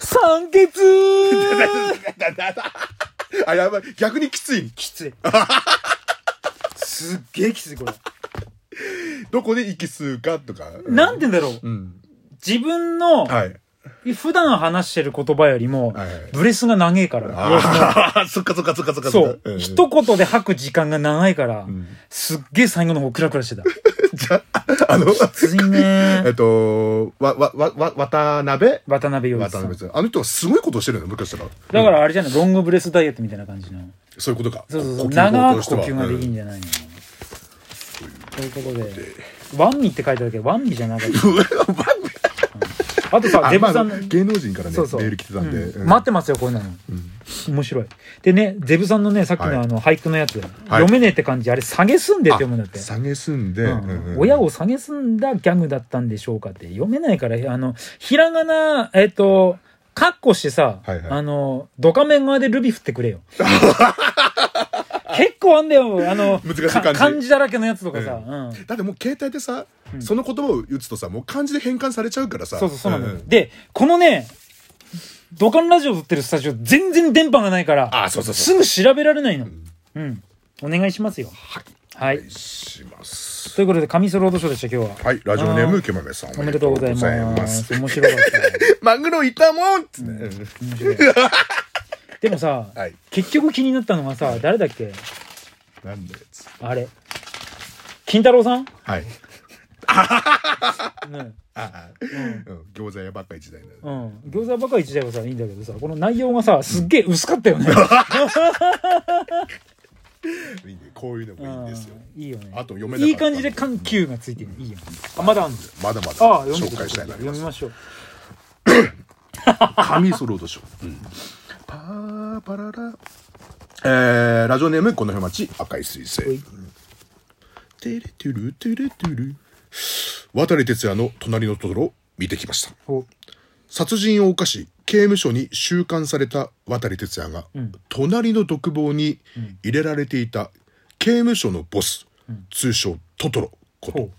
酸欠 あ、やばい。逆にきつ い。きつい。すっげえきつい、これ。どこで息吸うかとか。うなんて言うんだろう。うん。自分の、はい。普段話してる言葉よりもはいはい、ブレスが長いから。ああ、 そっかそっかそっかそっかそそっうか。。一言で吐く時間が長いから、すっげえ最後の方クラクラしてた。じゃあ、あの、ついえねっと、わ、わ、わ、わ、渡辺 渡辺陽一渡さん。辺ださん。あの人はすごいことしてるの、昔から。からあれじゃない、ロングブレスダイエットみたいな感じの。そういうことか。そうそうそう。呼吸法長とくして呼は吸ができるんじゃないのということで、ワンミって書いてあるけど、ワンミじゃなかった。あとさ、あデブまあさあんのの、芸能人からね、メそうそうール来てたんで。うん待ってますよ、こういうの。面白い。でね、ゼブさんのね、さっきはいのあの、俳句のやつ、読めねえって感じ、あれ、下げすんでって読むんだって。下げすんで、うんうんうん親を下げすんだギャグだったんでしょうかって読めないから、あの、ひらがな、えっ、と、カッコしてさ、はいはいあの、ドカメン側でルビ振ってくれ よ。結構あんだよ、あの、 難しい漢字か漢字だらけのやつとかさ、うんだってもう携帯でさ、その言葉を打つとさもう漢字で変換されちゃうからさそうそう、そうなんだよ。んで、このね、土管ラジオ撮ってるスタジオ、全然電波がないから、あそうそうすそうぐ調べられないの。うん。お願いしますよ。はいはい。しますということで、カミソロードショーでした、今日は。はいラジオネーあムけまめさんおめでとうございます。面白かった。マグロいたもんっつって、面白い。 でもさ、はい結局気になったのがさ、誰だっけなんだやつあれ。金太郎さん、はいうん、 ああ、うん、餃子屋ばっか一台なうのん。餃子ばかり自体はさ、いいんだけどさ、この内容がさ、すっげえ薄かったよね。いいねこういうのもいいんです ようんいいよね。あと読めなかったいい感じで緩急がついてる。いいよ。あ、まだあんのまだまだああ、読み紹介したいな読みましょう。神ソロードショー、パーパララえー、ラジオネームこの辺町赤い彗星いテレトゥルテレトゥル渡哲也の隣のトトロ見てきましたお殺人を犯し刑務所に収監された渡哲也が、隣の独房に入れられていた刑務所のボス、通称トトロこと、ほ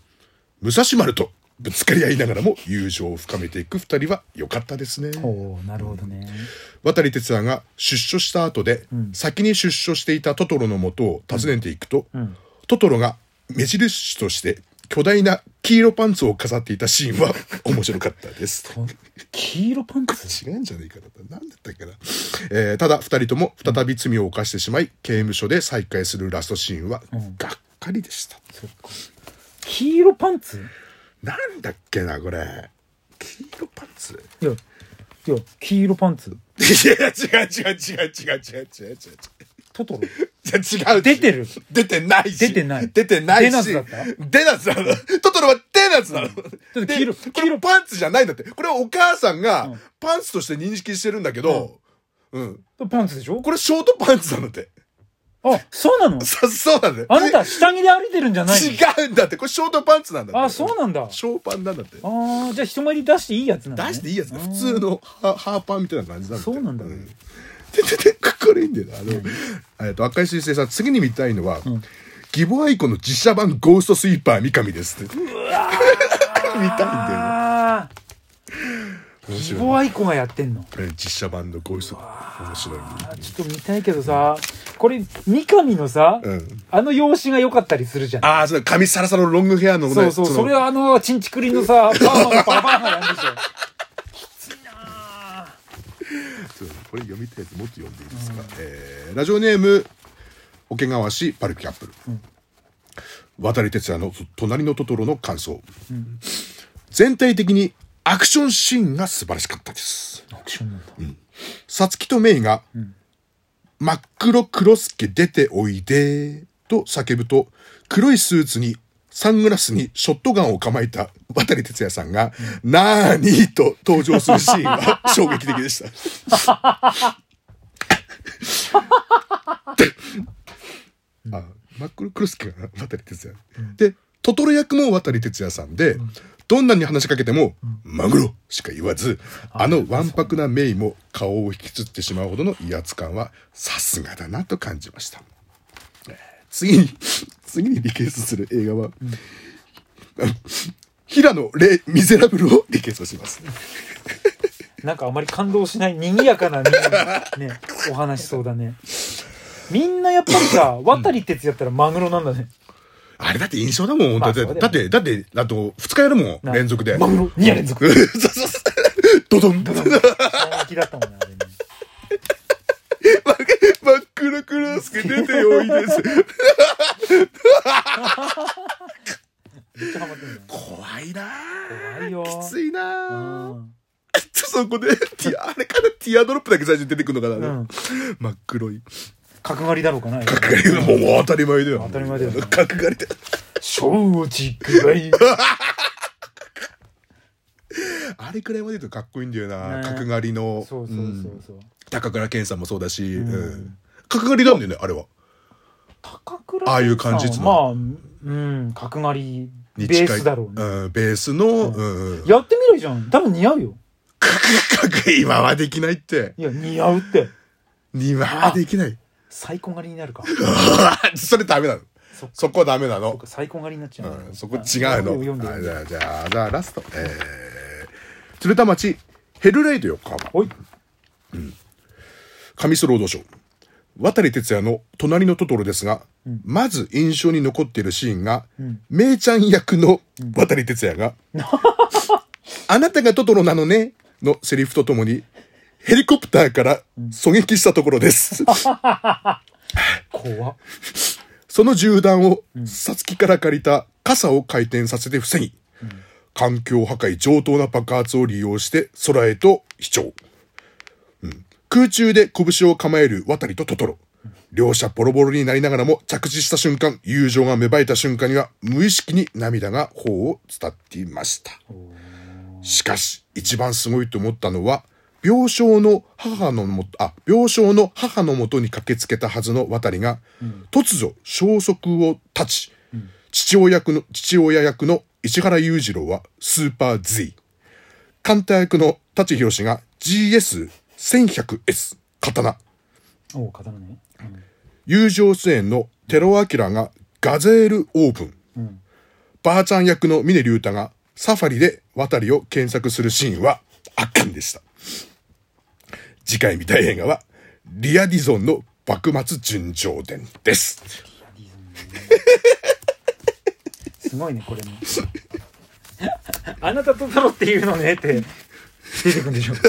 武蔵丸とぶつかり合いながらも友情を深めていく二人は良かったですね。う。おうなるほどね。渡哲也が出所した後で、先に出所していたトトロの元を訪ねていくと、トトロが目印として巨大な黄色パンツを飾っていたシーンは面白かった です。お黄色パンツ違うんじゃないかな何だったっけな、えーただ2人とも再び罪を犯してしまい刑務所で再会するラストシーンはがっかりでした、黄色パンツなんだっけなこれ黄色パンツいや、いや、黄色パンツ。 いや違う違う違う違う違う違う違う違うト トロ。じゃ違うし出てる出てないし出てない出てないしデナツだったデナツなのトトロはデナツなの、だってで黄色これパンツじゃないんだってこれはお母さんがパンツとして認識してるんだけど、うんパンツでしょこれショートパンツなのってあ、そうなのそそうなんだよあなた、下着で歩いてるんじゃない違うんだってこれショートパンツなんだってのあ、そうなんだ。ショーパンなんだってああ、じゃあ人前に出していいやつなの、ね、出していいやつだ普通のハハーパンみたいな感じなんだってそうなん だねでででこれいいんだよなあの、えっと赤井彗星さん次に見たいのは、義母愛子の実写版ゴーストスイーパー三上ですって見たいん だああ、よ面希白い望愛子がやってんの。え実写版のゴースト面白いあちょっと見たいけどさ、これ、三上のさ、うんあの容姿が良かったりするじゃん。ああそう髪サラサラのロングヘアのねそうそう、そのれはあの、チンチクリンの さ、パーマのパパーマなんでしょ。そうこれ読みたいやつもっと読んでいいですか、えーラジオネーム桶川市パルキャップル、渡哲也の「隣のトトロ」の感想、全体的にアクションシーンが素晴らしかったですアクションなんだ。さつきとメイが、真っ黒黒助出ておいで」と叫ぶと黒いスーツにサングラスにショットガンを構えた渡哲也さんが「なーに?」と登場するシーンは衝撃的でした。あマックル・クロスケが渡哲也、でトトロ役も渡哲也さんで、どんなに話しかけても「マグロ」しか言わずあのわんぱくなメイも顔を引きつってしまうほどの威圧感はさすがだなと感じましたえー次に次にリクエストする映画は、平野レ・ミゼラブルをリクエストしますなんかあまり感動しない賑やかなね ねお話しそうだねみんなやっぱりさ渡哲也ったらマグロなんだねあれだって印象だもん、まあ本当にそうだだっよて、だって、あと、二日やるも、なん連続で。マグロ2夜連続そうそうそう。ドドン。ドマドン衝撃だったもんねあれねックロクロスケ出てお いです。めっちゃハマってんだよ怖いな怖いよぁ。きついうなぁ。んそこで、テ ィア、あれからティアドロップだけ最初に出てくるのかうな、ん真っ黒い。角刈りだろうかな角刈りもう当たり前だよ。当たり前だよ角刈りだよ。承知くらいあれくらいまで言うとかっこいいんだよな。ね角刈りの。そうそううんそうそう高倉健さんもそうだし、うんうん角刈りなんだよね、あれは。高倉ああいう感じっさつんうはのまあうん角刈りベに近いースだろうねん、ベースの、うんうんうん。やってみるじゃん多分似合うよ角刈り今はできないって。いや似合うって今はできない。最高狩りにな るかそれダメなの。そっかそこダメなそっのか。最高狩りになっちゃうう、なんそこ違うあ読んの。ではい読んじでゃあ、じゃあ、じゃあラスト。えー、鶴田町、ヘルレイド横浜。おい上須労働省渡哲也の「隣のトトロ」ですが、まず印象に残っているシーンが、めいちゃん役の渡哲也が 「 あなたがトトロなのね」のセリフとともにヘリコプターから狙撃したところです、怖っその銃弾をさつきから借りた傘を回転させて防ぎ、環境破壊上等な爆発を利用して空へと飛翔、うん空中で拳を構える渡とトトロ両者ボロボロになりながらも着地した瞬間友情が芽生えた瞬間には無意識に涙が頬を伝っていましたしかし一番すごいと思ったのは病床の母のもあ病床の母のもとに駆けつけたはずの渡が、突如消息を絶ち、父親役の父親役の市原裕次郎はスーパー Z 艦隊役の舘ひろしが GS1100S 刀おう刀ねうん友情出演のテロアキラがガゼールオープン、んばあちゃん役の峰竜太がサファリで渡りを検索するシーンは圧巻でした次回見たい映画はリアディゾンの幕末純情伝ですすごいねこれもあなたとトロっていうのねって出てくんでしょヘ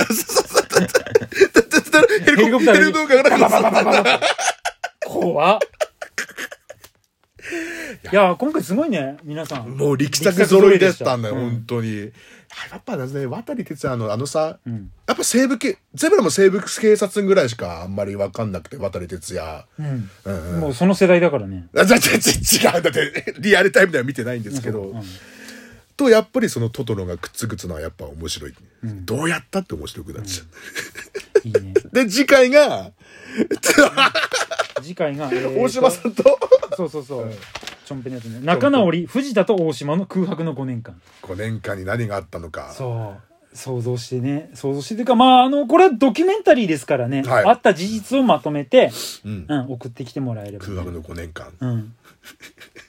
ヘリコプターヘリコプターから怖っいや今回すごいね皆さんもう力作揃いだったんだよ、力作揃いで本当に。やっぱですね、渡哲也のあのさ、んやっぱ西部系、ゼブラも西部警察ぐらいしかあんまりわかんなくて、渡哲し也。たうんもうその世代だからねあ、じゃ、じゃ、じゃ違う。だって、リアルタイムでは見てないんですけど、と、やっぱりそのトトロがくっつくつのはやっぱ面白い。どうやったって面白くなっちゃう。いいねで、次回が、次回が、えーと 大島さんと、そうそうそうちょんぺんのやつね仲直り藤田と大島の空白の5年間5年間に何があったのか。そう想像してね想像してというかまああのこれはドキュメンタリーですからね、はいあった事実をまとめて、うんうん、送ってきてもらえれば空白の5年間。うん。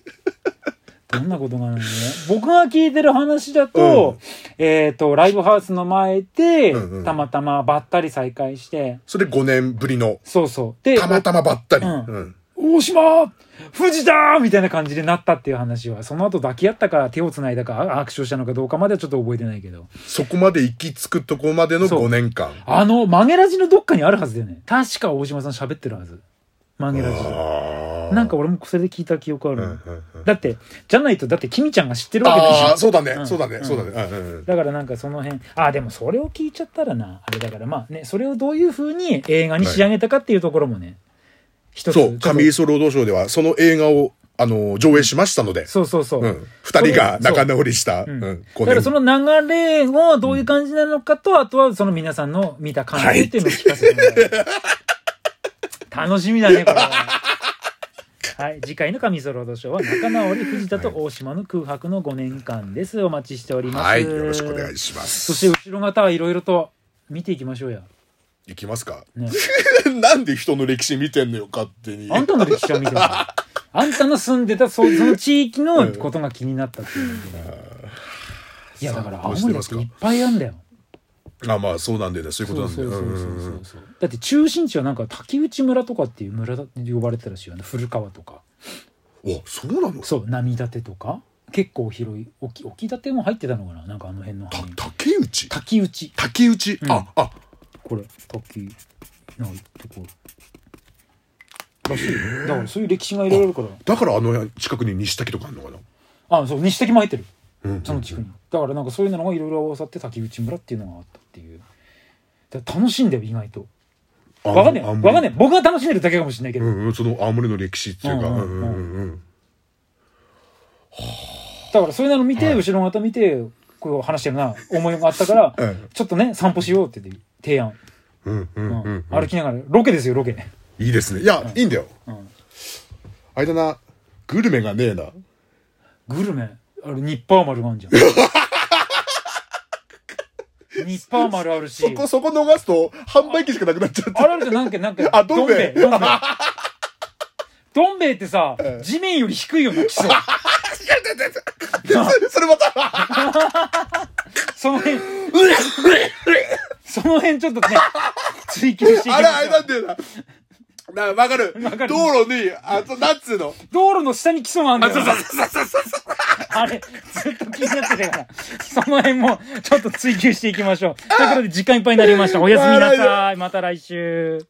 どんなことがあるのね。僕が聞いてる話だと、えっ、と、ライブハウスの前で、うんうんたまたまばったり再会して、それ5年ぶりの、そうそう。で、たまたまばったり。うんうんお大島藤田みたいな感じでなったっていう話は、その後抱き合ったか、手を繋いだか、握手をしたのかどうかまではちょっと覚えてないけど。そこまで行き着くとこまでのそう5年間。あの、曲げラジのどっかにあるはずだよね。確か大島さん喋ってるはず。曲げラジで。あーなんか俺もそれで聞いた記憶あるの、うんうんうんだって、じゃないと、だって、君ちゃんが知ってるわけでしょあー、そうだね、うんそうだね、うんそうだね。うんうんうんだからなんかその辺ああでもそれを聞いちゃったらなあれだからまあねそれをどういうふうに映画に仕上げたかっていうところもね、一つそう、ちょっと上磯労働省では、その映画を、あの、上映しましたので、そうそうそう、うん。二人が仲直りした、うんん。だ5から年その流れをどういう感じなのかと、あとはその皆さんの見た感はじいっていうのを聞かせてもらえる楽しみだねこれは。はい次回の「神ソロードショー」は仲直り藤田と大島の空白の5年間ですお待ちしておりますはい、よろしくお願いししまますそす。して後ろ方はいろいろと見ていきましょうやいきますか。 ねなんで人の歴史見てんのよ、勝手に。あんたの歴史は見て ない。あんたの住んでたそその地域のことが気になったっていうので、いやだからど青うして森だまっすてかいっぱいあんだよあまあそうなんでねそういうことなんだそうよそううんそううんそううんそうだって中心地はなんか竹内村とかっていう村だって呼ばれてたらしいよね古川とかおそうなのそう波立てとか結構広い沖沖立ても入ってたのかななんかあの辺のた範囲竹内滝内竹内、うんああこれ滝ないところらしいよだからそういう歴史がいろいろあるからだからあの近くに西滝とかあるのかなあそう西滝も入ってるうんうんその地区にだからなんかそういうのがいろいろ合わさって滝内村っていうのがあったっていうだから楽しいんだよ意外とあわかんねえ青わ森かんねえ僕が楽しんでるだけかもしれないけうど、んうんその青森の歴史っていうかうううんんうんんうんだからそういうの見て、後ろ方見てこう話してるな思いがあった から、うんちょっとね散歩しようっていう提案、うんううんんうん歩きながらロケですよロケ、いいですねいや、いいんだようん、あれだなグルメがねえなグルメあれニッパー丸があるじゃ んニッパー丸あるしそこそこ逃すと販売機しかなくなっちゃってあれあるじゃんなんかなんかあどん兵衛どん兵衛どん兵衛どん兵衛ってさ、地面より低いよな基 礎 それまたその辺その辺ちょっとね追求していきまあしれょうあれなん だよななわかるわかる道路にあそうなんつうの道路の下に基礎があるんだよなそうそうそうそう あれ、ずっと気になってたから、その辺もちょっと追求していきましょう。ということで時間いっぱいになりました。おやすみなさい。また来週。